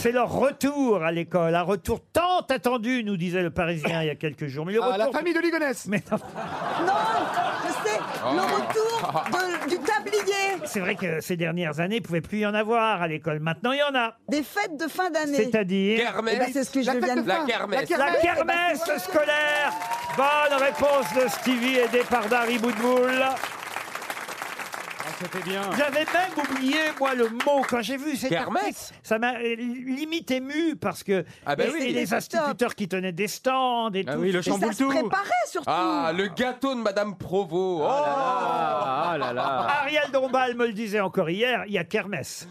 C'est leur retour à l'école, un retour tant attendu, nous disait le Parisien il y a quelques jours. Mais le Ah, la retour- famille de Ligonesse. Mais non, Non, je sais, Oh. le retour de- du tablier, c'est vrai que ces dernières années, il ne pouvait plus y en avoir à l'école. Maintenant, il y en a. des fêtes de fin d'année. C'est-à-dire Eh ben, Kermesse. c'est ce que je La fête viens de de faire. La kermesse. la kermesse scolaire. Bonne réponse de Stevie, aidé par Dari Boudboul. C'était bien. J'avais même oublié, moi, le mot quand j'ai vu cette Kermesse Ça m'a euh, limite ému parce que Ah ben et- oui. et les Stop. instituteurs qui tenaient des stands et Ah tout. oui, le Et ça chamboule se tout. préparait surtout. Ah, le gâteau de Madame Provost. Oh Ah ah là là. Ariel Dombal me le disait encore hier, il y a kermesse.